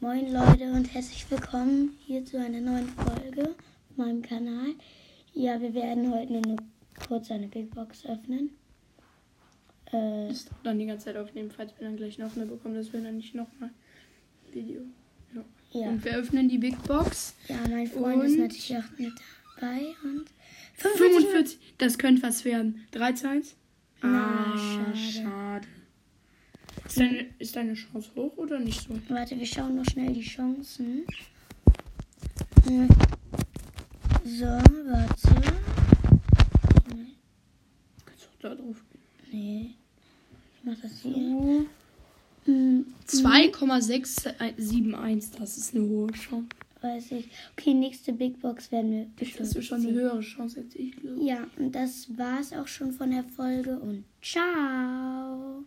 Moin Leute und herzlich willkommen hier zu einer neuen Folge auf meinem Kanal. Ja, wir werden heute nur eine, kurz eine Big Box öffnen. Äh, Das dauert dann die ganze Zeit aufnehmen, falls wir dann gleich noch eine bekommen, dass wir dann nicht nochmal Video. Ja. ja. Und wir öffnen die Big Box. ja, mein Freund ist Und? natürlich auch mit dabei und 45. 45, das könnte was werden. 3 zu 1. Na, schade. Ist deine, ist deine Chance hoch oder nicht so? Warte, wir schauen noch schnell die Chancen. Hm. So, warte. Kannst du auch da drauf gehen. Nee. Ich mach das hier. So. Hm, 2,671, das ist eine hohe Chance. weiß ich. Okay, nächste Big Box werden wir Das bestimmt. ist schon eine höhere Chance als ich, glaube Ja, und das war's auch schon von der Folge und ciao.